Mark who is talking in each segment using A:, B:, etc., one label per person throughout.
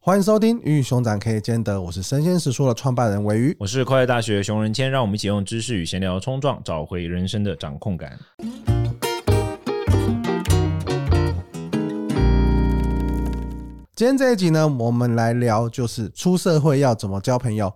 A: 欢迎收听《鱼与熊掌可以兼得》，我是生鲜食说的创办人维鱼。
B: 我是快乐大学熊仁谦，让我们一起用知识与闲聊冲撞，找回人生的掌控感。
A: 今天这一集呢，我们来聊就是出社会要怎么交朋友，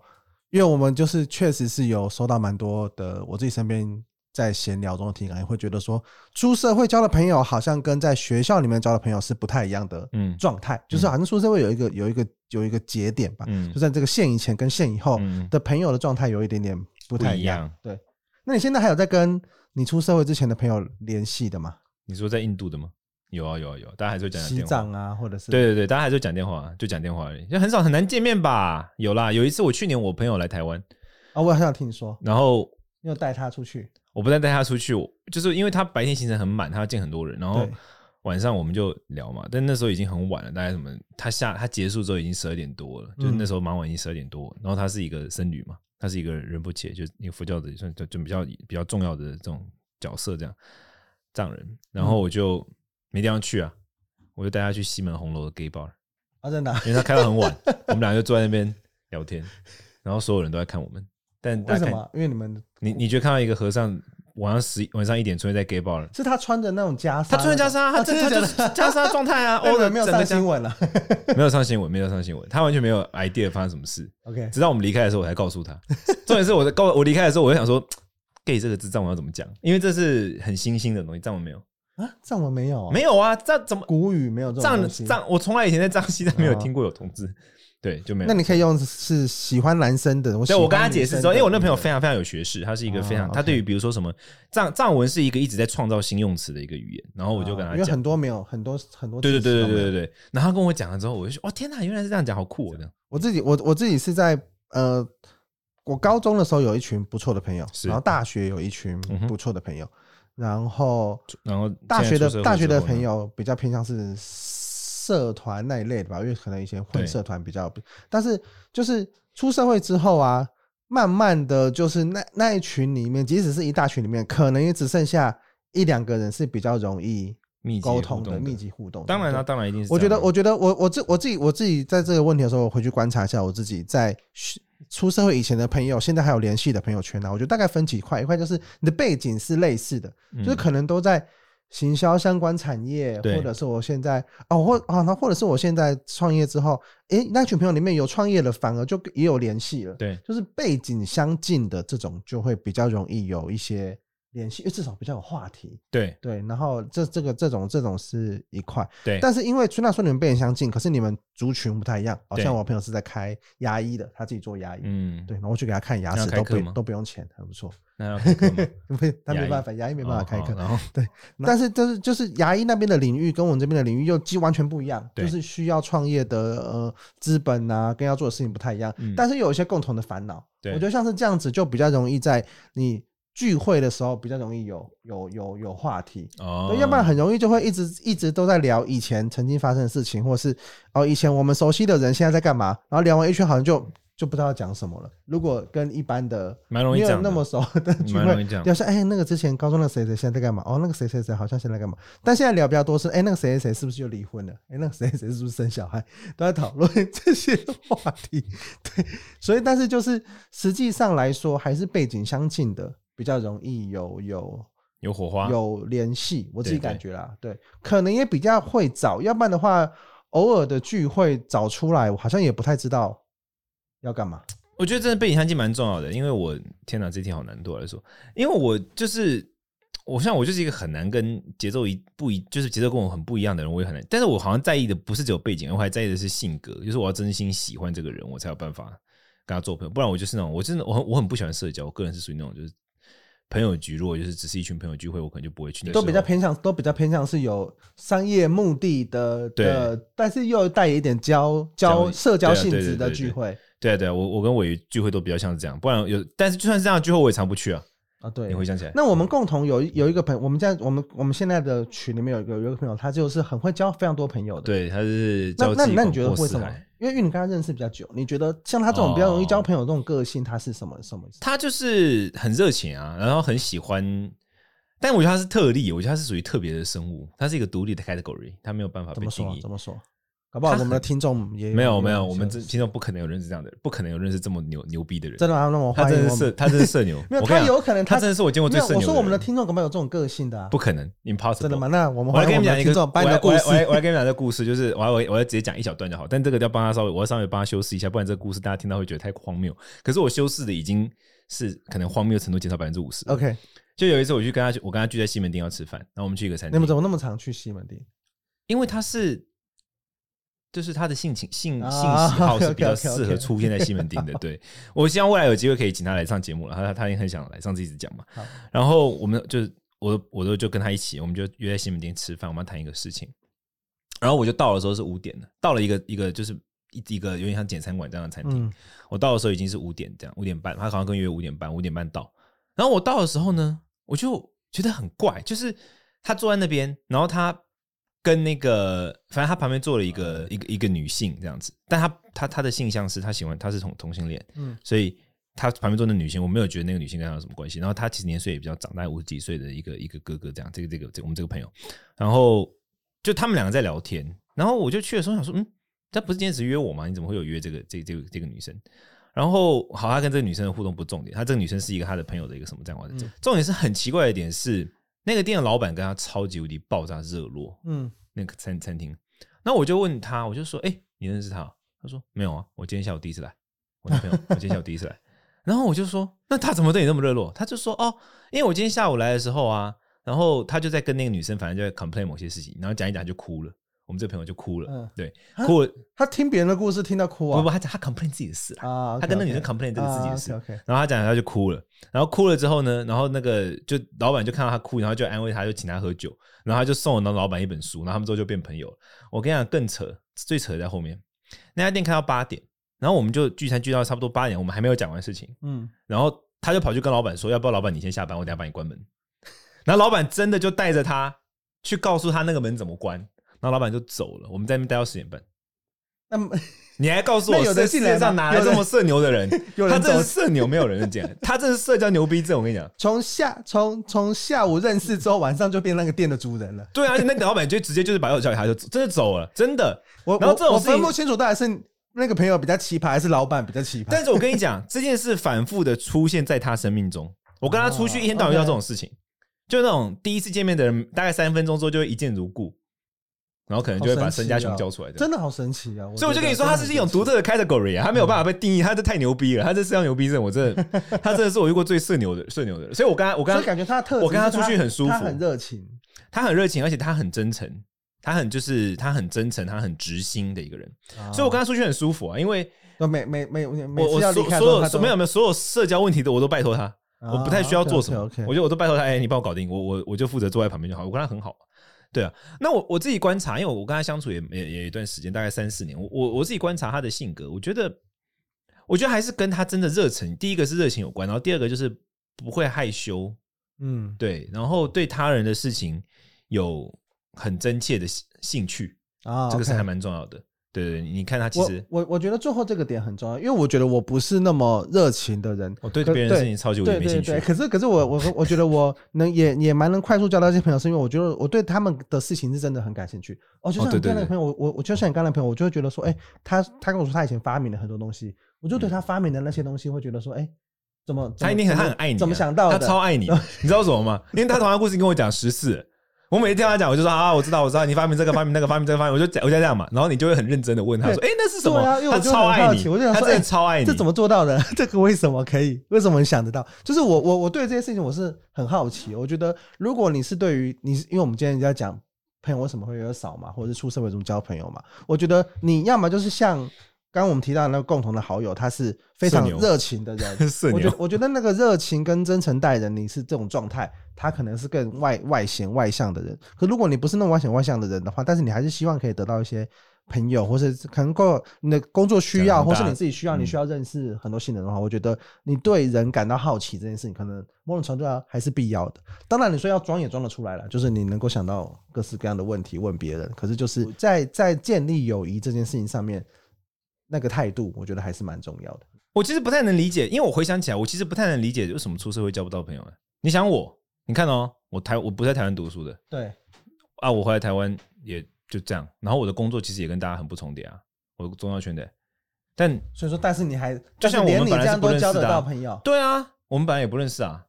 A: 因为我们就是确实是有收到蛮多的，我自己身边在闲聊中的体感，也会觉得说出社会交的朋友好像跟在学校里面交的朋友是不太一样的
B: 嗯
A: 状态，就是好像出社会有一个有一个有一个节点吧，
B: 嗯
A: 就在这个线以前跟线以后
B: 嗯，
A: 的朋友的状态有一点点不太一样。
B: 样。
A: 对，那你现在还有在跟你出社会之前的朋友联系的吗？
B: 你说在印度的吗？有啊有啊有啊，大家还是会讲讲
A: 西
B: 电话。
A: 藏啊，或者是
B: 对对对，大家还是会讲电话，就讲电话而已，就很少很难见面吧？有啦，有一次我去年我朋友来台湾，
A: 啊，我好像有听说，
B: 然后
A: 你有带他出去，
B: 我不但带他出去，我就是因为他白天行程很满，他要见很多人，然后
A: 对
B: 晚上我们就聊嘛。但那时候已经很晚了，大概什么？他下他结束之后已经十二点多了，就是
A: 嗯
B: 那时候蛮晚，已经十二点多了。然后他是一个僧侣嘛，他是一个仁波切，就是一个佛教的，算就就比较比较重要的这种角色，这样藏人。然后我就没地方去啊，我就带他去西门红楼的 gay bar，
A: 啊，真的啊、
B: 因为他开到很 晚，我们俩就坐在那边聊天，然后所有人都在看我们。但大
A: 为
B: 家
A: 什
B: 看
A: 么？因为你们
B: 你你觉得看到一个和尚晚上十晚上一点出现在 gay bar 了？
A: 是他穿着那种袈裟，
B: 他穿着袈裟，他
A: 啊
B: 这
A: 真的
B: 他
A: 假
B: 就
A: 的
B: 是袈裟状态啊，
A: 那你
B: 欧
A: 们
B: 的
A: 没有
B: 整
A: 上
B: 个
A: 新
B: 袈
A: 闻啊了
B: 没有上新闻，没有上新闻，他完全没有 idea 发生什么事，
A: ？OK，
B: 直到我们离开的时候我才告诉他。 重点是我在告我离开的时候，我就想说 gay 这个字藏文要怎么讲，因为这是很新兴的东西，藏文没有，
A: 啊，藏文没有、啊，
B: 没有啊，藏怎么
A: 古语没有这种
B: 藏
A: 东西。哦
B: 藏？我从来以前在藏西藏没有听过有同志， 对，就没有
A: 那。你可以用是喜欢男生的，我
B: 对，我跟他
A: 喜欢
B: 解
A: 女
B: 释
A: 生
B: 之后，
A: 的
B: 因为我那朋友非常非常有学识，他是一个非
A: 啊
B: 常，
A: ，OK
B: 他对于比如说什么藏藏文是一个一直在创造新用词的一个语言，然后我就跟他
A: 哦因为
B: 讲，
A: 很多没有很多很多
B: 对对
A: 知识
B: 对
A: 都
B: 对
A: 没有
B: 对对对，然后他跟我讲了之后，我就说，哦天哪，原来是这样讲，好酷哦，这样，
A: 我自己我我自己是在呃，我高中的时候有一群不错的朋友，
B: 是
A: 然后大学有一群
B: 嗯哼
A: 不错的朋友，然后
B: 然后
A: 大学
B: 现在出社
A: 的
B: 会
A: 大学的
B: 之后呢
A: 朋，友比较偏向是社团那一类的吧，因为可能以前混
B: 对
A: 社团比较，但是就是出社会之后啊，慢慢的就是那那一群里面，即使是一大群里面，可能也只剩下一两个人是比较容易
B: 密集
A: 沟
B: 互
A: 通
B: 动
A: 的
B: 的
A: 密集互动的。
B: 当然
A: 对
B: 了，当然一定是这样的，
A: 我觉得，我觉得我我自我自己我自己在这个问题的时候，我回去观察一下我自己在学出社会以前的朋友，现在还有联系的朋友圈呢、啊我觉得大概分几块，一块就是你的背景是类似的，就是
B: 嗯
A: 可能都在行销相关产业，
B: 对
A: 或者是我现在哦或啊，那或者是我现在创业之后，诶，那群朋友里面有创业的，反而就也有联系了。
B: 嗯对，
A: 就是背景相近的这种，就会比较容易有一些联系，因为至少比较有话题。
B: 对
A: 对，然后这这个这种这种是一块，
B: 对，
A: 但是因为虽然说你们背景相近，可是你们族群不太一样。好、
B: 对
A: 像我朋友是在开牙医的，他自己做牙医，
B: 嗯，
A: 对，然后我去给他看牙
B: 那
A: 齿
B: 要开
A: 都不
B: 课吗
A: 都不用钱，很不错。
B: 那要开课吗
A: 因为他没
B: 牙医
A: 办法， 牙医没办法开课
B: 哦好，然后
A: 但是就是就是牙医那边的领域跟我们这边的领域又几完全不一样，就
B: 对
A: 是需要创业的呃资本啊，跟要做的事情不太一样，
B: 嗯
A: 但是有一些共同的烦恼。我
B: 对
A: 觉得像是这样子就比较容易在你聚会的时候比较容易有有有有话题。
B: 哦
A: 对，，要不然很容易就会一直一直都在聊以前曾经发生的事情，或是哦以前我们熟悉的人现在在干嘛，然后聊完一圈好像就就不知道要讲什么了。如果跟一般的
B: 蛮容
A: 没
B: 易
A: 有
B: 讲
A: 那
B: 的
A: 么，熟的聚
B: 蛮容
A: 会
B: 易这，样
A: 聊说哎那个之前高中的谁谁现在在干嘛？哦那个谁谁谁好像现在干嘛？但现在聊比较多是哎那个谁谁谁是不是又离婚了？哎那个谁谁谁是不是生小孩？都在讨论这些话题。对，所以但是就是实际上来说还是背景相近的比较容易有有
B: 有火花，
A: 有联系，我自己
B: 啊对对
A: 感觉啦，对，可能也比较会找，要不然的话，偶尔的聚会找出来，我好像也不太知道要干嘛。
B: 我觉得真的背景相近蛮重要的，因为我天哪，这题好难对我来说，因为我就是我像我就是一个很难跟节奏一不一，就是节奏跟我很不一样的人，我也很难。但是我好像在意的不是只有背景，我还在意的是性格，就是我要真心喜欢这个人，我才有办法跟他做朋友。不然我就是那种，我真的我很我很不喜欢社交，我个人是属于那种就是朋友局，如果就是只是一群朋友聚会，我可能就不会去那时
A: 都
B: 候。
A: 比较偏向，都比较偏向是有商业目的的
B: 对
A: 的，但是又带一点交交
B: 交
A: 社交
B: 对啊
A: 性
B: 对
A: 质
B: 对
A: 的
B: 对
A: 聚
B: 对
A: 会
B: 对啊对啊，我我跟伟宇聚会都比较像是这样，不然有但是就算是这样的聚会我也常不去啊。
A: 啊，对
B: 你。回想起来，
A: 那我们共同有一有一个朋友，我们在我们我们现在的群里面有一个有一个朋友，他就是很会交非常多朋友的。
B: 对他是
A: 那
B: 交
A: 那
B: 际
A: 你那你
B: 广
A: 觉得
B: 阔
A: 为
B: 四
A: 什么
B: 海？
A: 因为因为你跟他认识比较久，你觉得像他这种比较
B: 哦
A: 容易交朋友的这种个性，他是什么什么？
B: 他就是很热情啊，然后很喜欢，但我觉得他是特例，我觉得他是属于特别的生物，他是一个独立的 category，他没有办法
A: 怎
B: 被
A: 么
B: 定
A: 说？啊
B: 义
A: 怎。么说？搞不好
B: 他
A: 我们的
B: 很
A: 听众也
B: 没有没有，
A: 一些
B: 我们这听众不可能有认识这样的人，不可能有认识这么牛牛逼的人。
A: 真的吗？那我
B: 他
A: 欢
B: 真
A: 迎
B: 的
A: 我
B: 是
A: 们。
B: 他真是社牛，
A: 没有，
B: 我跟
A: 他
B: 你讲
A: 有可能他
B: 他真的是我见过
A: 没
B: 最
A: 有
B: 社，牛
A: 我
B: 人。
A: 说我们的听众可能有这种个性的啊，
B: 不可能，impossible，
A: 真的吗？？那我们
B: 我来
A: 欢迎我
B: 跟你
A: 们
B: 讲
A: 的
B: 一
A: 听
B: 个，
A: 众，把你的故
B: 我来我来
A: 事
B: 我来跟你讲这故事，就是我要我要我要直接讲一小段就好，但这个要帮他稍微，我要稍微帮他修饰一下，不然这个故事大家听到会觉得太荒谬。可是我修饰的已经是可能荒谬程度减少百分之五 十。
A: ，OK？
B: 就有一次我去跟他去，我跟他聚在西门町要吃饭，然后我们去一个餐
A: 你
B: 厅
A: 们怎，么那么常去西门町？
B: 因为他是就是他的性情性
A: 啊
B: 性喜好是比较
A: OK，OK，OK
B: 适合出现在西门町的。对，我希望未来有机会可以请他来上节目了，他他也很想来上次一直讲嘛
A: 好。
B: 然后我们就是我我都就跟他一起，我们就约在西门町吃饭，我们要谈一个事情。然后我就到的时候是五点了，到了一个一个就是一一个有点像简餐馆这样的餐厅。
A: 嗯，
B: 我到的时候已经是五点这样，五点半，他好像跟我约五点半，五点半到。然后我到的时候呢，我就觉得很怪，就是他坐在那边，然后他跟那个，反正他旁边坐了一个一个一个女性这样子，但他他他的性向是他喜欢他是同同性恋，
A: 嗯
B: 嗯，所以他旁边坐的女性，我没有觉得那个女性跟他有什么关系。然后他其实年岁也比较长，大概五十几岁的一个一个哥哥这样，这个这个这个我们这个朋友，然后就他们两个在聊天，然后我就去的时候想说，嗯，他不是今天只约我吗？你怎么会有约这个这这个这个女生？然后好，他跟这个女生的互动不重点，他这个女生是一个他的朋友的一个什么这样的、
A: 嗯
B: 重点是很奇怪的点是，那个店的老板跟他超级无敌爆炸热络，
A: 嗯，
B: 那个餐餐厅。那我就问他，我就说：“哎、你认识他哦？”他说：“没有啊，我今天下午第一次来，我男朋友，我今天下午第一次来。”然后我就说：“那他怎么对你那么热络？”他就说：“哦，因为我今天下午来的时候啊，然后他就在跟那个女生，反正就在 complain 某些事情，然后讲一讲就哭了。我们这朋友就哭了，
A: 嗯
B: 对
A: 啊，
B: 哭了，
A: 他听别人的故事听到哭
B: 不
A: 啊
B: 不，他他 complain 自己的事啦，
A: 啊，
B: 他跟那女生 complain 这个自己的事。
A: OK，
B: 然后他讲讲他就哭了，然后哭了之后呢，然后那个就老板就看到他哭，然后就安慰他，就请他喝酒，然后他就送了那老板一本书，然后他们之后就变朋友了。我跟你讲更扯，最扯的在后面，那家店开到八点，然后我们就聚餐聚到差不多八点，我们还没有讲完事情，
A: 嗯，
B: 然后他就跑去跟老板说，要不要老板你先下班，我等下把你关门。然后老板真的就带着他去告诉他那个门怎么关，然后老板就走了，我们在那边待到十点半。
A: 那么
B: 你还告诉
A: 那
B: 我，
A: 有人
B: 这世
A: 进来吗
B: 界上哪来这么社牛的人？
A: 有人
B: 他真
A: 走
B: 是社牛，没有人是这样， 他真是社交牛逼症。我跟你讲，
A: 从下从从下午认识之后，晚上就变那个店的主人了。
B: 对啊，而且那个老板就直接就是把我叫给他，就走真的走了，真的。
A: 我
B: 然后这
A: 我
B: 种
A: 我
B: 事
A: 分
B: 情
A: 不清楚到底是那个朋友比较奇葩，还是老板比较奇葩。
B: 但是我跟你讲，这件事反复的出现在他生命中。我跟他出去
A: 哦
B: 一天到晚遇到
A: OK
B: 这种事情，就那种第一次见面的人，大概三分钟之后就会一见如故，然后可能就会把
A: 好神
B: 身
A: 奇
B: 家
A: 哦
B: 熊交出来的。
A: 真的好神奇啊！
B: 所以
A: 觉
B: 我就跟
A: 得
B: 你说，
A: 真的
B: 他
A: 很
B: 是一种
A: 神奇
B: 独特的 category 啊，他没有办法被定义，他这太牛逼了，他这世界上牛逼症，我真 的，他真的是我遇过最社牛的社牛的人。所以我刚才我刚
A: 所
B: 刚
A: 以感觉他的特质，
B: 我跟他出去很舒服
A: 他很热情。
B: 他很热情，而且他很真诚，他很就是他很真诚，他很直心的一个人，所以我跟他出去很舒服啊，因为
A: 他每每每哦每
B: 我
A: 次
B: 我
A: 要离开的时
B: 所
A: 候
B: 所
A: 他
B: 有
A: 都
B: 所没有没有所有社交问题的我都拜托他，
A: 啊
B: 我不太需要做什么，
A: OK，OK，OK
B: 我就我都拜托他，哎、你帮我搞定，我我我就负责坐在旁边就好，我跟他很好。对啊，那我我自己观察，因为我跟他相处也也也一段时间，大概三四年，我我我自己观察他的性格，我觉得，我觉得还是跟他真的热情，第一个是热情有关，然后第二个就是不会害羞，
A: 嗯
B: 对，然后对他人的事情有很真切的兴兴趣，
A: 啊，
B: 这个是
A: OK
B: 还蛮重要的。对对，对你看他其
A: 我
B: 实
A: 我我觉得最后这个点很重要，因为我觉得我不是那么热情的人。
B: 我对
A: 可
B: 别人的事情超级无敌
A: 对
B: 没
A: 对
B: 兴趣
A: 对，。可是可是我我我觉得我能也也蛮能快速交到一些朋友，是因为我觉得我对他们的事情是真的很感兴趣。哦，就
B: 哦
A: 像
B: 对
A: 你
B: 对
A: 刚才那个
B: 对
A: 朋友，我我我就像你刚才那个朋友，我就会觉得说，哎，他他跟我说他以前发明了很多东西，我就对他发明的那些东西会觉得说，哎，怎么怎
B: 嗯他
A: 么
B: 一定很
A: 怎
B: 他
A: 么
B: 很爱你啊、
A: 怎么想到的？
B: 他超 爱你，你知道为什么吗？因为他同样故事跟我讲十次，我每次听他讲，我就说啊，我知道，我知道，你发明这个，发明那个，发明这个，发明，我就讲我就这样嘛，然后你就会很认真的问他说，哎、那是什么？
A: 对啊因为我
B: 他
A: 就
B: 超
A: 很
B: 爱
A: 好
B: 你，
A: 奇我就想
B: 他
A: 说
B: 真的
A: 哎
B: 超爱你，
A: 这怎么做到的？ 这个为什么可以？为什么你想得到？就是我我我对这些事情我是很好奇。我觉得如果你是对于你，因为我们今天在讲朋友为什么会有少嘛，或者是出社会怎么交朋友嘛，我觉得你要么就是像刚刚我们提到的那个共同的好友，他是非常
B: 社牛
A: 热情的人，
B: 社
A: 我觉
B: 牛
A: 得？我觉得那个热情跟真诚待人，你是这种状态，他可能是更外外显外向的人。可如果你不是那么外显外向的人的话，但是你还是希望可以得到一些朋友，或是可能够你的工作需要，
B: 讲得
A: 或
B: 很大
A: 是你自己需要，
B: 嗯
A: 你需要认识很多新人的话，我觉得你对人感到好奇这件事情，可能某种程度上还是必要的。当然，你说要装也装得出来了，就是你能够想到各式各样的问题问别人，可是就是在在建立友谊这件事情上面，那个态度，我觉得还是蛮重要的。
B: 我其实不太能理解，因为我回想起来，我其实不太能理解为什么出社会交不到朋友、啊。你想我，你看哦，我台我不在台湾读书的
A: 对，
B: 啊，我回来台湾也就这样。然后我的工作其实也跟大家很不重叠啊，我的重要圈的。但
A: 所以说，但是你还
B: 就
A: 但
B: 像
A: 是
B: 我
A: 连
B: 们
A: 你
B: 本
A: 这
B: 来
A: 样
B: 是不
A: 都
B: 认识的
A: 交
B: 啊
A: 得到朋友，
B: 对啊，我们本来也不认识啊，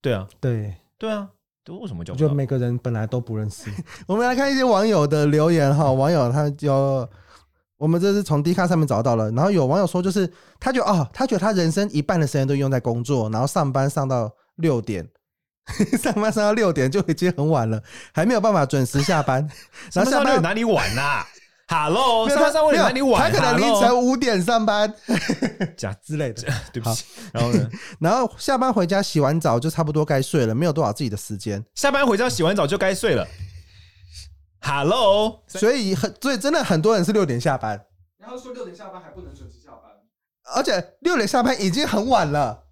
B: 对啊，
A: 对，
B: 对啊，都为什么叫
A: 我
B: 不
A: 觉
B: 到
A: 得每个人本来都不认识。我们来看一些网友的留言哈，网友他就我们这是从 D 卡上面找到了，然后有网友说就是他觉得哦，他觉得他人生一半的时间都用在工作，然后上班上到六点。上班上到六点就已经很晚了，还没有办法准时下班，然后下
B: 上班
A: 班
B: 有哪里晚呐、哈 Hello，
A: 没有
B: 上班上班有
A: 没有
B: 哪里晚？
A: 他可能凌
B: Hello
A: 晨五点上班
B: 假，
A: 之类 的。
B: 对不起。然后呢，
A: 然后下班回家洗完澡就差不多该睡了，没有多少自己的时间，
B: 下班回家洗完澡就该睡了。Hello，
A: 所以很所以真的很多人是六点下班，
C: 然后说六点下班还不能准时下班，
A: 而且六点下班已经很晚 了。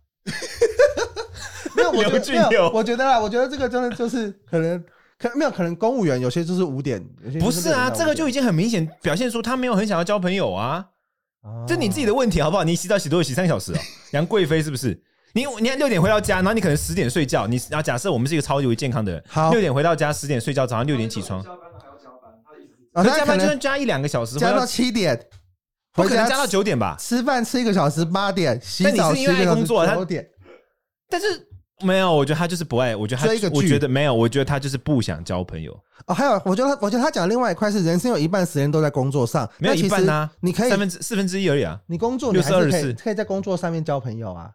A: 没有，我觉
B: 刘
A: 得
B: 俊
A: 没有
B: 佑，
A: 我觉得啦，我觉得这个真的就是可能可没有可能公务员有些就是五点，有些就
B: 不是
A: 6点
B: 啊，
A: 到5点
B: 这个就已经很明显表现出他没有很想要交朋友啊，
A: 哦
B: 这你自己的问题好不好？你洗澡洗多久？洗三个 小时哦，杨贵妃是不是？你你看六点回到家，然后你可能十点睡觉，你然后假设我们是一个超级健康的人，
A: 好
B: 六点回到家，十点睡觉，早上六点起床，
C: 下班了还要加班，他的意思是
A: 啊，他
B: 可是加
A: 可
B: 班就
A: 能
B: 算加一两个小时，
A: 加
B: 回
A: 到
B: 到
A: 七点，
B: 不
A: 回
B: 可能
A: 家
B: 加到九点吧？
A: 吃饭吃一个小时八点，洗
B: 但你
A: 澡
B: 是
A: 洗一
B: 因为
A: 个
B: 爱
A: 小时
B: 工作他
A: 九点，
B: 但是没有，我觉得他就是不爱，我觉得
A: 追个
B: 他，
A: 剧
B: 我觉得没有，我觉得他就是不想交朋友，
A: 哦，还有，我觉得他，我觉得他讲的另外一块是，人生有一半时间都在工作上，
B: 没有
A: 那其
B: 一半
A: 实
B: 啊
A: 你可以
B: 三，分之四分之一而已啊。
A: 你工作你还是可以
B: 62
A: 可以在工作上面交朋友啊。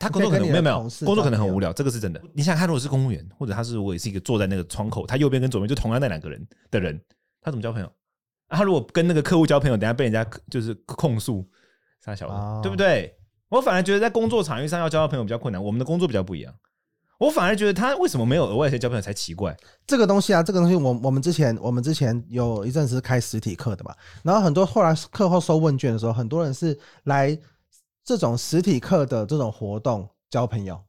B: 他工作可能
A: 你可
B: 没
A: 以跟你的
B: 有没有
A: 同事
B: 工作可能很
A: 交朋友
B: 无聊，这个是真的。你想想看，如果是公务员，或者他是如果也是一个坐在那个窗口，他右边跟左边就同样那两个人的人，他怎么交朋友？啊、他如果跟那个客户交朋友，等下被人家就是控诉，傻小子，
A: 哦
B: 对不对？我反而觉得在工作场域上要交到朋友比较困难，我们的工作比较不一样。我反而觉得他为什么没有额外些交朋友才奇怪。
A: 这个东西啊，这个东西我我们之前我们之前有一阵子是开实体课的嘛，然后很多后来课后收问卷的时候，很多人是来这种实体课的这种活动交朋友，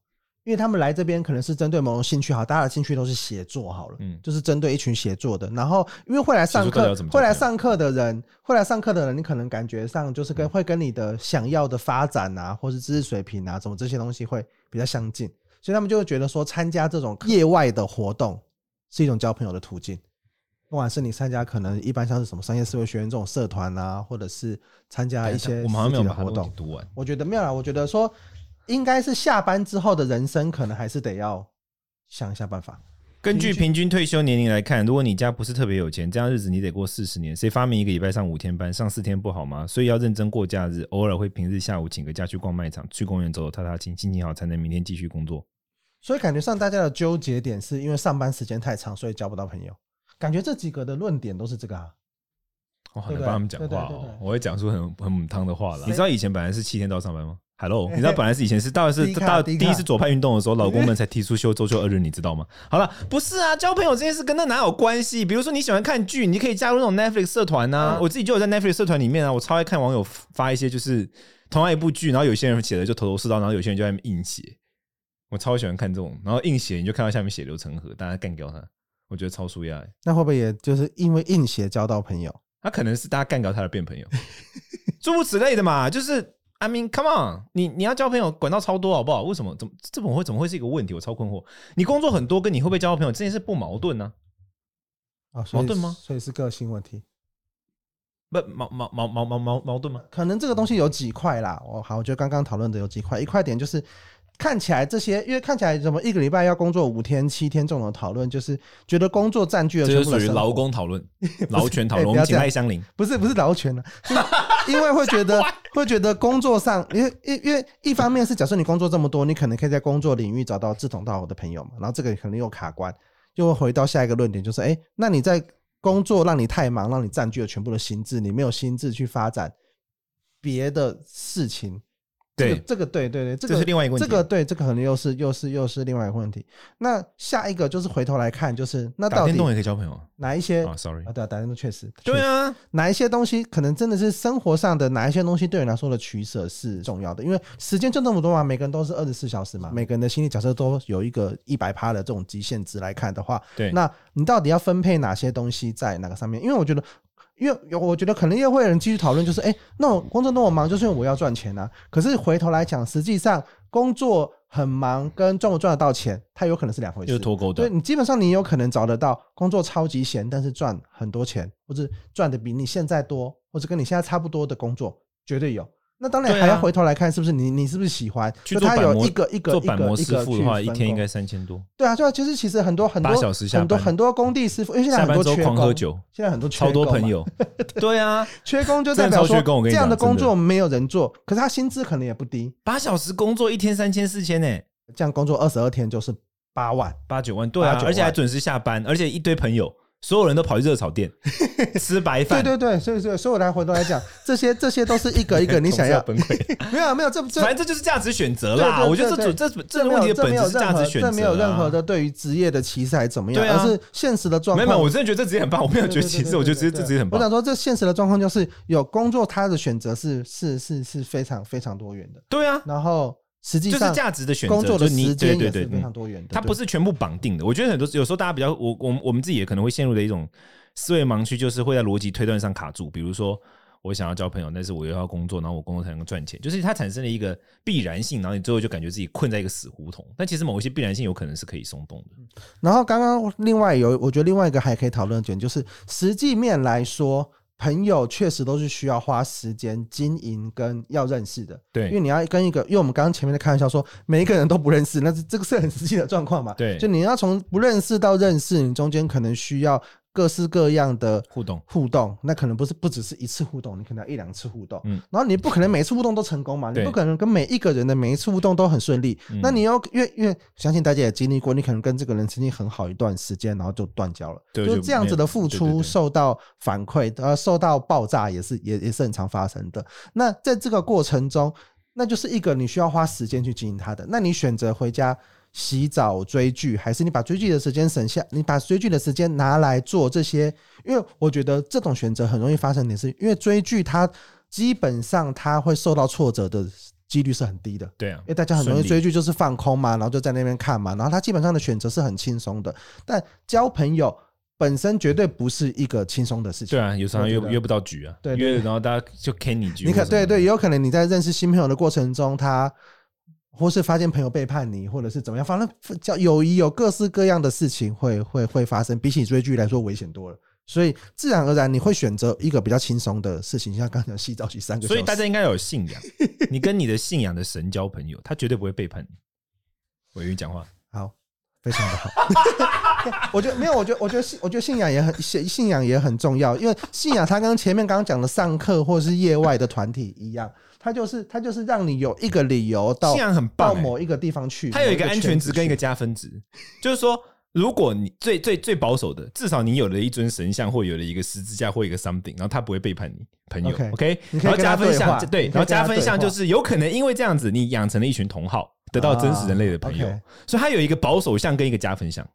A: 因为他们来这边可能是针对某种兴趣好，大家的兴趣都是写作好了，
B: 嗯
A: 就是针对一群写作的，然后因为会来上
B: 写作到底
A: 课
B: 要怎么，交
A: 会
B: 朋友
A: 来上课的人，会来上课的人，你可能感觉上就是
B: 嗯
A: 跟会跟你的想要的发展啊，或是知识水平啊，什么这些东西会比较相近，所以他们就会觉得说参加这种业外的活动。是一种交朋友的途径。不管是你参加可能一般像是什么商业思维学院这种社团啊，或者是参啊加一些
B: 哎我们好像没有
A: 实体的
B: 把他
A: 活
B: 的问题
A: 动，
B: 读完。
A: 我觉得没有啦。我觉得说应该是下班之后的人生，可能还是得要想一下办法。
B: 根据平均退休年龄来看，如果你家不是特别有钱，这样日子你得过四十年。谁发明一个礼拜上五天班，上四天不好吗？所以要认真过假日，偶尔会平日下午请个假去逛卖场，去公园走走踏踏青，心情好才能明天继续工作。
A: 所以感觉上大家的纠结点是因为上班时间太长，所以交不到朋友。感觉这几个的论点都是这个啊。
B: 我好
A: 对不
B: 难
A: 对
B: 哦帮他们讲
A: 对
B: 话
A: 对对
B: 哦
A: 对，
B: 我会讲出很 很母汤的话了。
A: 谁
B: 你知道以前本来是七天到上班吗？Hello，你知道 本来是以前是到底是
A: 低卡
B: 到
A: 低
B: 第
A: 卡
B: 一次左派运动的时候，老公们才提出休周休二日，你知 道吗？好了，不是啊，交朋友这件事跟那哪有关系？比如说你喜欢看剧，你可以加入那种 Netflix 社团呐、
A: 嗯
B: 我自己就有在 Netflix 社团里面啊，我超爱看网友发一些就是同样一部剧，然后有些人写的就头头是道，然后有些人就在那边硬写。我超喜欢看这种，然后硬写你就看到下面血流成河，大家干掉他，我觉得超舒压的。
A: 那会不会也就是因为硬写交到朋友？
B: 他可能是大家干掉他的变朋友， 诸如此类的嘛。就是 I mean come on，你你要交朋友管道超多好不好？为什么怎么这怎么会怎么会是一个问题？我超困惑。你工作很多，跟你会不会交到朋友这件事不矛盾呢、
A: 啊，所以
B: 矛盾吗
A: 所以是个性问题。
B: 不矛矛矛矛矛矛矛盾吗？
A: 可能这个东西有几块啦。我好，我觉得刚刚讨论的有几块，一块点就是看起来这些，因为看起来怎么一个礼拜要工作五天、七天这种的讨论，就是觉得工作占据了
B: 这
A: 全
B: 就
A: 部
B: 属
A: 的
B: 于
A: 生
B: 劳
A: 活。
B: 工讨论、劳权 讨论。
A: 哎
B: 我
A: 不要
B: 们请
A: 这样
B: 赖香林，
A: 不是不是劳权了、就是因为会觉 得会觉得工作上，因为因为因为一方面是假设你工作这么多，你可能可以在工作领域找到志同道合的朋友嘛，然后这个可能又卡关，又会回到下一个论点，就是哎、诶那你在工作让你太忙，让你占据了全部的心智，你没有心智去发展别的事情。这个
B: 对，
A: 这个对对对，这
B: 这
A: 个
B: 是另外一个问
A: 这
B: 题。
A: 个对这个可能又是又是又是另外一个问题。那下一个就是回头来看，就是那
B: 打
A: 到
B: 电
A: 底
B: 动也可以交朋友啊
A: 哪一些
B: 啊，sorry
A: 啊？。对啊，打电动确实
B: 对，
A: 确实
B: 啊，
A: 哪一些东西可能真的是生活上的哪一些东西对你来说的取舍是重要的，因为时间就那么多嘛，每个人都是二十四小时嘛，每个人的心理假设都有一个一百趴的这种极限值来看的话，
B: 对，
A: 那你到底要分配哪些东西在哪个上面？因为我觉得，因为有我觉得可能又会有人继续讨论，就是哎，诶那我工作那么忙，就是因为我要赚钱啊。可是回头来讲，实际上工作很忙跟赚不赚得到钱，它有可能是两回
B: 就是
A: 事。
B: 脱钩
A: 对
B: 的，
A: 你基本上你有可能找得到工作超级闲，但是赚很多钱，或者赚的比你现在多，或者跟你现在差不多的工作，绝对有。那当然
B: 对啊
A: 还要回头来看是不是你你是不是喜欢？
B: 去
A: 那
B: 做
A: 他
B: 板
A: 有
B: 模
A: 一个一个
B: 做
A: 一
B: 板
A: 个
B: 模
A: 一
B: 师
A: 个
B: 傅
A: 去
B: 的话，一
A: 分
B: 天应
A: 工
B: 该三千多，
A: 对啊，对啊，其实其实很多很
B: 八
A: 多
B: 小时下
A: 很多
B: 班，
A: 很多工地师傅，因为现在
B: 下
A: 很
B: 班
A: 多
B: 之后
A: 缺
B: 狂
A: 工，
B: 喝酒，
A: 现在很多缺
B: 超多
A: 工嘛
B: 朋，友， 对啊，
A: 缺工就
B: 真
A: 代
B: 的
A: 表
B: 超
A: 说
B: 缺工我跟
A: 这
B: 你
A: 样的
B: 讲真
A: 工
B: 的
A: 作没有人做，可是他薪资可能也不低，
B: 八小时工作一天三千四千呢，
A: 这样工作二十二天就是八万，
B: 八九万，对
A: 八
B: 啊
A: 九，万
B: 而且还准时下班，而且一堆朋友，所有人都跑去热 炒店吃白
A: 对
B: 饭，
A: 对对，所以所以所以我来回头来讲，这些这些都是一个一 个你想要，
B: 崩溃，
A: 没有没有这这
B: 反正这就是价值选择
A: 对
B: 啦。
A: 对
B: 我觉得这
A: 对
B: 主这这
A: 没
B: 个问
A: 有
B: 题
A: 这
B: 的
A: 没
B: 本
A: 有
B: 质是价
A: 任
B: 值
A: 何
B: 选择
A: 这
B: 啊，
A: 没有任何的对于职业的歧视还怎么样，
B: 对啊
A: 而是现实的状
B: 没有
A: 况。
B: 没有，我真的觉得这职业很棒，我没有
A: 对
B: 觉得
A: 对
B: 歧
A: 对
B: 视，我觉
A: 对
B: 得这
A: 对啊
B: 这职业很
A: 我
B: 棒
A: 想。说，这现实的状况就是有工作，他的选择是是是是非常非常多元的。
B: 对啊，
A: 然后实际
B: 就是
A: 上
B: 价值的选择，
A: 工作的
B: 就是你
A: 时间
B: 对
A: 也
B: 对
A: 是
B: 对
A: 非
B: 嗯
A: 常多元的。
B: 它不
A: 对
B: 是全部绑定的。我觉得很多有时候大家比较，我我们我们自己也可能会陷入的一种思维盲区，就是会在逻辑推断上卡住。比如说，我想要交朋友，但是我又要工作，然后我工作才能够赚钱，就是它产生了一个必然性，然后你最后就感觉自己困在一个死胡同。但其实某一些必然性有可能是可以松动的。
A: 然后刚刚另外有，我觉得另外一个还可以讨论的点就是，实际面来说，朋友确实都是需要花时间经营跟要认识的，因为
B: 对
A: 你要跟一个，因为我们刚刚前面在开玩笑说每一个人都不认识，那是这个是很实际的状况嘛。
B: 对
A: 就你要从不认识到认识，你中间可能需要各式各样的
B: 互动，
A: 互动，那可能不是不只是一次互动，你可能要一两次互动，
B: 嗯
A: 然后你不可能每一次互动都成功嘛，你
B: 对
A: 不可能跟每一个人的每一次互动都很顺利，
B: 嗯
A: 那你要越越相信大家也经历过，你可能跟这个人曾经很好一段时间，然后就断交了，
B: 对
A: 就是
B: 就
A: 这样
B: 没
A: 子
B: 有
A: 的付
B: 对对
A: 出
B: 对
A: 受到反馈，呃，受到爆炸也是也也是很常发生的。那在这个过程中，那就是一个你需要花时间去经营它的。那你选择回家洗澡追剧，还是你把追剧的时间省下，你把追剧的时间拿来做这些？因为我觉得这种选择很容易发生的是，因为追剧它基本上它会受到挫折的几率是很低的。
B: 对啊
A: 因，为大家很容易
B: 顺利
A: 追剧就是放空嘛，然后就在那边看嘛，然后他基本上的选择是很轻松的，但交朋友本身绝对不是一个轻松的事情。
B: 对啊，有时候
A: 我觉
B: 约
A: 得
B: 约不到局啊，
A: 对对
B: 约了然后大家就 can 你局
A: 你
B: 或什
A: 可
B: 么的，
A: 对对，也有可能你在认识新朋友的过程中，他或是发现朋友背叛你，或者是怎么样，反正交友谊有各式各样的事情会会会发生，比起追剧来说危险多了。所以自然而然你会选择一个比较轻松的事情，像刚才讲洗澡洗三个小
B: 所
A: 时，
B: 以大家应该有信 仰，你跟你的信仰的神交朋友，他绝对不会背叛你。我跟你讲话，
A: 好，非常的好。 我觉得没有，我觉得我觉得信，我觉得信仰也很信信仰也很重要，因为信仰它跟前面刚刚讲的上课或者是业外的团体一样，它就是它就是让你有一个理由到
B: 信仰很棒、
A: 到
B: 欸，
A: 某一个地方去，
B: 它有一个
A: 某
B: 安全
A: 圈子
B: 值跟一
A: 去
B: 个加分值，就是说，如果你最最最保守的，至少你有了一尊神像，或有了一个十字架，或一个 something，然后他不会背叛你朋友
A: OK，
B: ，OK？
A: 你可以
B: 然后
A: 跟他
B: 加分
A: 对话
B: 项
A: 你可以
B: 对，
A: 跟
B: 然
A: 他
B: 后加分项
A: 对
B: 就
A: 话
B: 是有可能因为这样子，你养成了一群同好，得到真实人类的朋友
A: 啊，
B: 所以它有一个保守项跟一个加分项。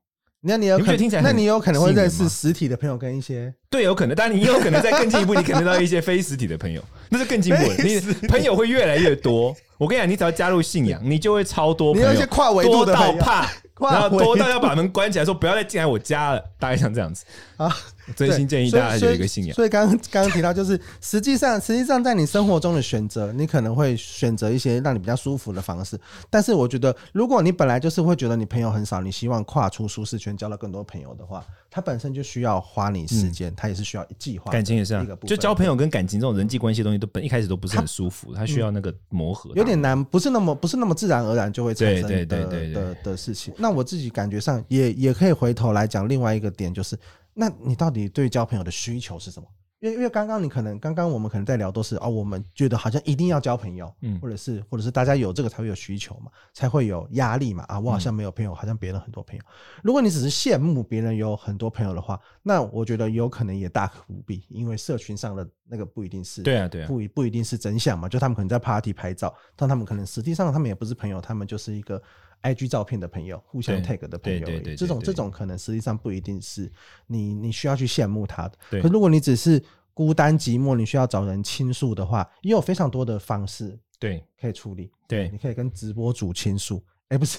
A: 那你有
B: 你不
A: 可
B: 觉得听起来
A: 那
B: 很
A: 你有可能会
B: 吸引人
A: 认识
B: 吗
A: 实体的朋友跟一些
B: 对，有可能，但你也有可能再更进一步，你可能到一些非实体的朋友，那是更进步的。
A: 非实体
B: 你朋友会越来越多。我跟你讲，你只要加入信仰，你就会超多
A: 你有
B: 朋友，
A: 一些跨维度
B: 多
A: 的
B: 到
A: 朋友
B: 怕，
A: 跨
B: 然后
A: 维
B: 多到
A: 度
B: 要把门关起来，说不要再进来我家了，大概像这样子。
A: 啊，
B: 真心建议
A: 对
B: 大家
A: 所以
B: 有一个信仰，
A: 所以刚刚刚刚提到，就是实际上实际上在你生活中的选择，你可能会选择一些让你比较舒服的方式。但是我觉得，如果你本来就是会觉得你朋友很少，你希望跨出舒适圈，交到更多朋友的话，它本身就需要花你时间，它也是需要计划的
B: 嗯感情也是啊
A: 一个，部分
B: 就交朋友跟感情这种人际关系的东西，都本一开始都不是很舒服，它需要那个磨合，啊
A: 有点难，不是那么不是那么自然而然就会产生的
B: 对对对对对
A: 的的事情。那我自己感觉上也也可以回头来讲另外一个点，就是那你到底对交朋友的需求是什么？因为因为刚刚你可能刚刚我们可能在聊都是哦，我们觉得好像一定要交朋友，
B: 嗯
A: 或者是或者是大家有这个才会有需求嘛，才会有压力
B: 嗯
A: 嘛啊，我好像没有朋友，好像别人很多朋友。如果你只是羡慕别人有很多朋友的话，那我觉得有可能也大可不必，因为社群上的那个不一定是
B: 对啊对啊
A: 不一不一定是真相嘛，就他们可能在 party 拍照，但他们可能实际上他们也不是朋友，他们就是一个 IG 照片的朋友，互相
B: 对
A: tag 的朋友而
B: 对对对
A: 已。
B: 对
A: 这种
B: 对
A: 这种可能实际上不一定是你你需要去羡慕他的。
B: 对
A: 可如果你只是孤单寂寞，你需要找人倾诉的话，也有非常多的方式
B: 对
A: 可以处理。
B: 对
A: 你，可以跟直播主倾诉，哎，不是，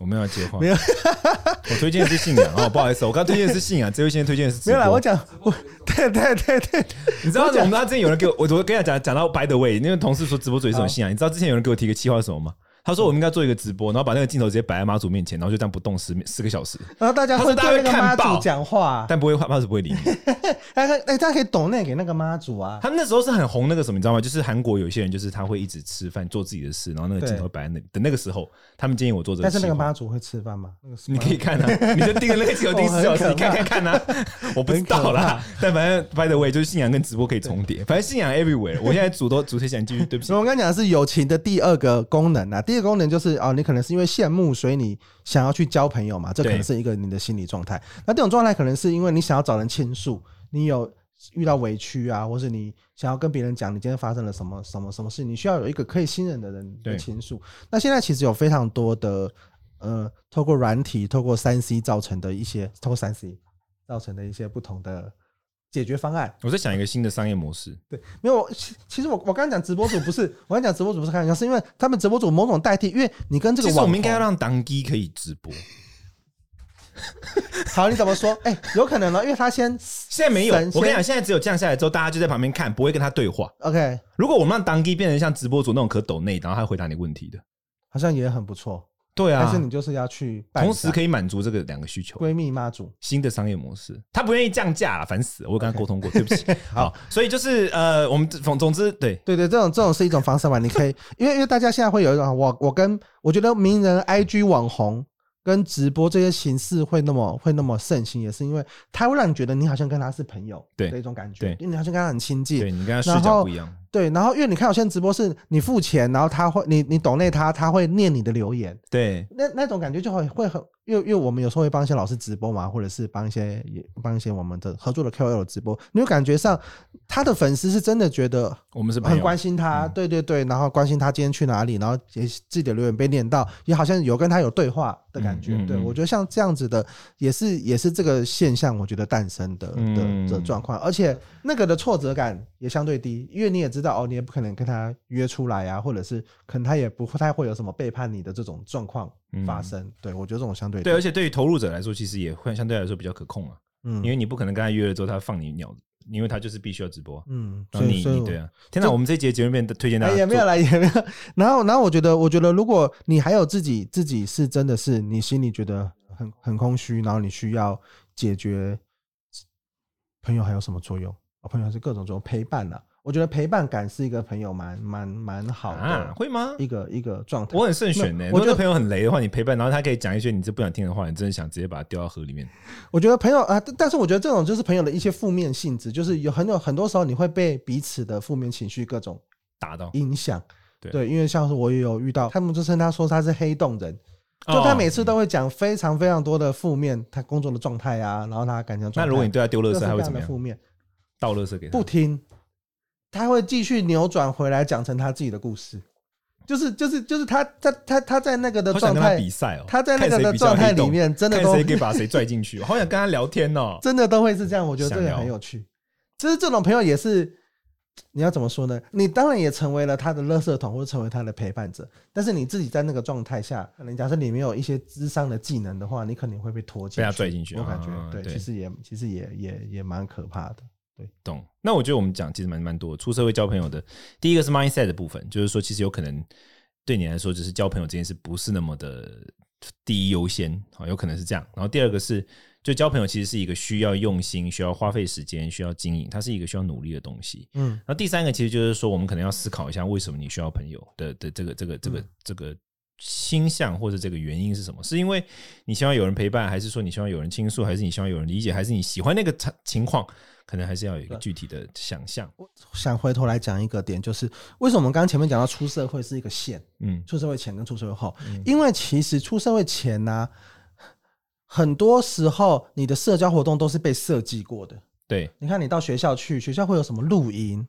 B: 我没有要接话，
A: 没有
B: 我推荐的是信仰哦，不好意思，我刚推荐的是信仰，这位先推荐的是直
A: 没有啦，
B: 播
A: 我讲我对对对对，
B: 你知道
A: 我
B: 我
A: 讲
B: 们
A: 啊
B: 他之前有人给我，我我跟他讲讲到 by the way，那个同事说直播主也是种信仰。你知道之前有人给我提个计划是什么吗？他说我们应该做一个直播，然后把那个镜头直接摆在马祖面前，然后就这样不动十四个小时，
A: 然后大家
B: 他
A: 会
B: 说大家
A: 对那
B: 会
A: 个
B: 看
A: 妈
B: 爆
A: 祖讲话，
B: 但不会马祖不会理 你。
A: 大家哎，大家可以懂那给那个妈祖啊，
B: 他们那时候是很红那个什么，你知道吗？就是韩国有一些人，就是他会一直吃饭做自己的事，然后那个镜头摆在那里。的那个时候，他们建议我做这个
A: 但是
B: 计划。
A: 那个妈祖会吃饭吗？那个是
B: 哦你可以看 啊，你就盯着那个镜头盯
A: 哦
B: 四小时，
A: 很
B: 你
A: 可怕
B: 看看看啊。我不知道
A: 很可
B: 啦，但反正 by the way 就是信仰跟直播可以重叠，反正信仰 everywhere。我现在主都主推想继续，对不起
A: 所以，。我刚讲的是友情的第二个功能啊，第一个功能就是哦，你可能是因为羡慕，所以你想要去交朋友嘛，这可
B: 对
A: 能是一个你的心理状态。那这种状态可能是因为你想要找人倾诉，你有遇到委屈啊，或是你想要跟别人讲你今天发生了什么什么什么事，你需要有一个可以信任的人的
B: 对
A: 倾诉。那现在其实有非常多的呃，透过软体、透过三 C 造成的一些，透过三 C 造成的一些不同的解决方案。
B: 我在想一个新的商业模式，
A: 对，没有，我其其实我我刚刚讲直播主不是，我刚刚讲直播主不是开玩笑，是因为他们直播主某种代替，因为你跟这个
B: 其实
A: 网
B: 我
A: 红
B: 们应该要让当机可以直播，
A: 好，你怎么说？哎、有可能呢，因为他先
B: 现在没有。啊
A: 神仙
B: 我跟你讲，现在只有降下来之后，大家就在旁边看，不会跟他对话。
A: OK，
B: 如果我们让当机变成像直播主那种可抖内，然后他回答你问题的，
A: 好像也很不错，
B: 对
A: 但
B: 啊
A: 是，你就是要去
B: 同时可
A: 以
B: 以满足这个两个需求。
A: 闺蜜妈祖，
B: 新的商业模式，他不愿意降价啦，烦死了！我有跟他 沟通过，对不起。好，所以就是呃，我们总总之对
A: 对对，这种这种是一种方式嘛，你可以，因为因为大家现在会有一种，我我跟我觉得名人 IG 网红。跟直播这些形式会那么会那么盛行，也是因为它会让你觉得你好像跟他是朋友
B: 对
A: 的一种感觉，
B: 对
A: 因为你好像跟他很亲近，
B: 对，你跟他视
A: 然
B: 角
A: 后
B: 不一样，
A: 对，然后因为你看有些人直播是你付钱，然后他会你你懂内他，他会念你的留言，
B: 对
A: 那那种感觉就会会很，因为因为我们有时候会帮一些老师直播嘛，或者是帮一些也帮一些我们的合作的 KOL 直播，你会感觉上他的粉丝是真的觉得
B: 我们是嗯朋
A: 很
B: 友
A: 关心他，对对对，然后关心他今天去哪里，然后也自己的留言被念到，也好像有跟他有对话的感觉。
B: 嗯嗯
A: 对
B: 嗯
A: 我觉得像这样子的，也是也是这个现象，我觉得诞生的的
B: 嗯
A: 的状况，而且那个的挫折感也相对低，因为你也知道哦，你也不可能跟他约出来啊，或者是可能他也不太会有什么背叛你的这种状况发生。对我觉得这种相对低
B: 嗯对，而且对于投入者来说，其实也会相对来说比较可控啊，
A: 嗯
B: 因为你不可能跟他约了之后他放你鸟，因为他就是必须要直播啊。
A: 嗯，所
B: 然后
A: 以
B: 你
A: 所以
B: 你
A: 我
B: 对啊，天哪！我们这一节节目变推荐大
A: 哎
B: 家
A: 也没有
B: 做
A: 啦，也没有。 然后，然后我觉得，我觉得，如果你还有自己自己是真的是你心里觉得很很空虚，然后你需要解决朋友还有什么作用？哦、朋友还是各种作用，陪伴啦、我觉得陪伴感是一个朋友蛮蛮蛮好
B: 啊，
A: 的
B: 会吗？
A: 一个、一个状态。
B: 我很慎选
A: 没有
B: 呢、欸。
A: 我
B: 我
A: 觉得
B: 觉得朋友很雷的话，你陪伴，然后他可以讲一些你这不想听的话，你真的想直接把它丢到河里面。
A: 我觉得朋友啊，但但是我觉得这种就是朋友的一些负面性质，就是有很有很多时候你会被彼此的负面情绪各种
B: 打到，
A: 影响。
B: 对
A: 对，因为像是我也有遇到，他们就称他说他是黑洞人，就他每次
B: 哦、
A: 都会讲非常非常多的负面，他工作的状态啊，然后他感情的状态。
B: 那如果你对他丢垃
A: 各式
B: 圾，他
A: 各
B: 会
A: 样
B: 怎么
A: 的
B: 样
A: 负？面
B: 倒垃圾给他
A: 不？听，他会继续扭转回来讲成他自己的故事，就是就是就是他他他他在那个的
B: 好想
A: 状
B: 跟他
A: 态
B: 比，赛哦，
A: 他在那
B: 看
A: 个
B: 谁
A: 的
B: 比较
A: 状态
B: 黑洞
A: 里，面，真的
B: 看
A: 都
B: 谁可以把谁拽进去，我好想跟他聊天哦。
A: 真的都会是这样，我觉得这个
B: 想
A: 很
B: 聊
A: 有趣。就是这种朋友也是，你要怎么说呢？你当然也成为了他的垃圾桶，或者成为他的陪伴者，但是你自己在那个状态下，可能假设你没有一些智商的技能的话，你肯定会被拖进去，
B: 被他拽进去
A: 我感觉、
B: 啊
A: 对，
B: 对
A: 其实也其实也也也蛮可怕的。
B: 懂。那我觉得我们讲其实蛮蛮多的，出社会交朋友的，第一个是 mindset 的部分，就是说其实有可能对你来说，就是交朋友这件事不是那么的第一优先啊，好有可能是这样。然后第二个是，就交朋友其实是一个需要用心、需要花费时间、需要经营，它是一个需要努力的东西。
A: 嗯，
B: 然后第三个其实就是说，我们可能要思考一下，为什么你需要朋友的的这个这个这
A: 嗯
B: 个这个倾向或者这个原因是什么？是因为你希望有人陪伴，还是说你希望有人倾诉，还是你希望有人理解，还是你喜欢那个场情况？可能还是要有一个具体的想象。
A: 想回头来讲一个点，就是为什么我们刚刚前面讲到出社会是一个线，
B: 嗯，
A: 出社会前跟出社会后，因为其实出社会前呢、很多时候你的社交活动都是被设计过的。
B: 对，
A: 你看，你到学校去，学校会有什么露营，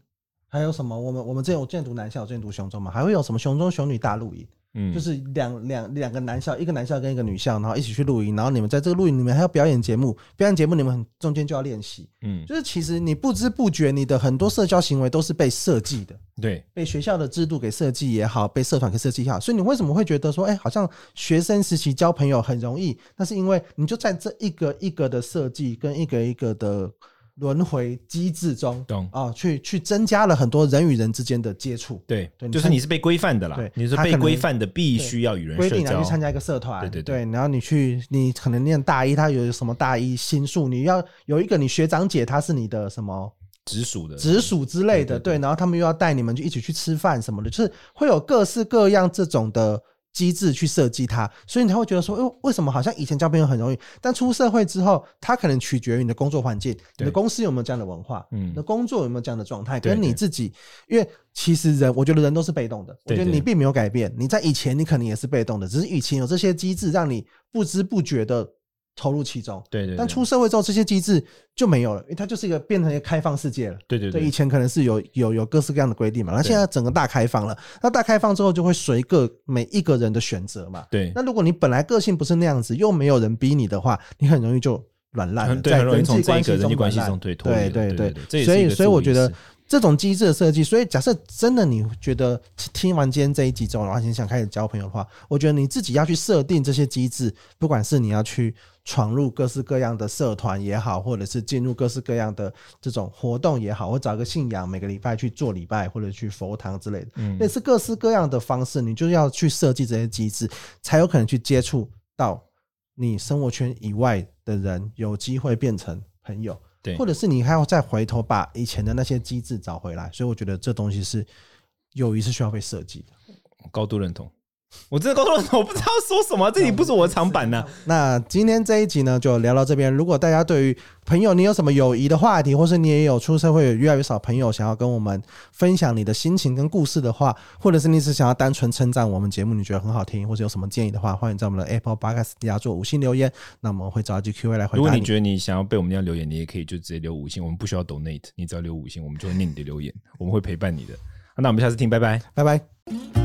A: 还有什么？我们我们之前我之前读男校，我之前读雄中嘛，还会有什么雄中雄女大露营，
B: 嗯，
A: 就是两两两个男校，一个男校跟一个女校，然后一起去露营，然后你们在这个露营里面还要表演节目，表演节目你们很中间就要练习，
B: 嗯，
A: 就是其实你不知不觉你的很多社交行为都是被设计的。
B: 对，
A: 被学校的制度给设计也好，被社团给设计也好，所以你为什么会觉得说，哎、好像学生时期交朋友很容易？那是因为你就在这一个一个的设计跟一个一个的轮回机制中
B: 懂
A: 啊、去去增加了很多人与人之间的接触。
B: 对
A: 对，你
B: 就是
A: 参
B: 你是被规范的啦
A: 对，
B: 你是
A: 他可
B: 被
A: 能
B: 规范的，必须要与人
A: 规
B: 社
A: 定啊你要
B: 交
A: 去。参加一个社团，
B: 对对对
A: 然后你去，你可能念大一，他有什么大一新宿，你要有一个你学长姐，她是你的什么
B: 直属的
A: 直属之类的，
B: 对对对
A: 对，然后他们又要带你们去一起去吃饭什么的，就是会有各式各样这种的机制去设计它，所以你才会觉得说，哎呦，为什么好像以前交朋友很容易，但出社会之后，它可能取决于你的工作环境，你
B: 对
A: 的公司有没有这样的文化，
B: 嗯
A: 你的工作有没有这样的状态，
B: 对
A: 跟你
B: 对
A: 自己，因为其实人，我觉得人都是被动的，我
B: 对
A: 觉得你
B: 对
A: 并没有改变，你在以前你可能也是被动的，只是以前有这些机制让你不知不觉的投入其中。
B: 对对对，
A: 但出社会之后，这些机制就没有了，因为它就是一个变成一个开放世界了。
B: 对对
A: 对，以前可能是有有有各式各样的规定嘛，那
B: 对
A: 现在整个大开放了，那大开放之后就会随个每一个人的选择嘛。
B: 对
A: 那如果你本来个性不是那样子，又没有人逼你的话，你很容易就软烂了，
B: 嗯很对
A: 在
B: 很容易
A: 人
B: 从
A: 际
B: 这一
A: 关
B: 个
A: 系
B: 人际
A: 中
B: 关系
A: 软
B: 中
A: 烂。
B: 对脱离
A: 对
B: 了对
A: 对
B: 对这也是
A: 所
B: 一
A: 以
B: 个
A: 所以
B: 自我
A: 我觉
B: 意
A: 得
B: 识
A: 这种机制的设计，所以假设真的你觉得听听完今天这一集之后，然后你想开始交朋友的话，我觉得你自己要去设定这些机制，不管是你要去闯入各式各样的社团也好，或者是进入各式各样的这种活动也好，或找个信仰每个礼拜去做礼拜或者去佛堂之类的，
B: 嗯
A: 类似各式各样的方式，你就要去设计这些机制，才有可能去接触到你生活圈以外的人，有机会变成朋友。
B: 对
A: 或者是你还要再回头把以前的那些机制找回来。所以我觉得这东西是友谊是需要被设计的。
B: 高度认同。我真的高度认同，我不知道说什么，这里不是我的长板啊呐。
A: 那今天这一集呢，就聊到这边。如果大家对于朋友，你有什么友谊的话题，或是你也有出社会有越来越少朋友，想要跟我们分享你的心情跟故事的话，或者是你只想要单纯称赞我们节目，你觉得很好听，或者有什么建议的话，欢迎在我们的 Apple Podcast 底下做五星留言，那我们会找一句 Q&A 来回
B: 如果
A: 答
B: 你
A: 你。
B: 觉得你想要被我们这样留言，你也可以就直接留五星，我们不需要啊 donate，你只要留五星，我们就会念你的留言，我们会陪伴你的。那我们下次听，拜拜。
A: 拜拜。
D: 「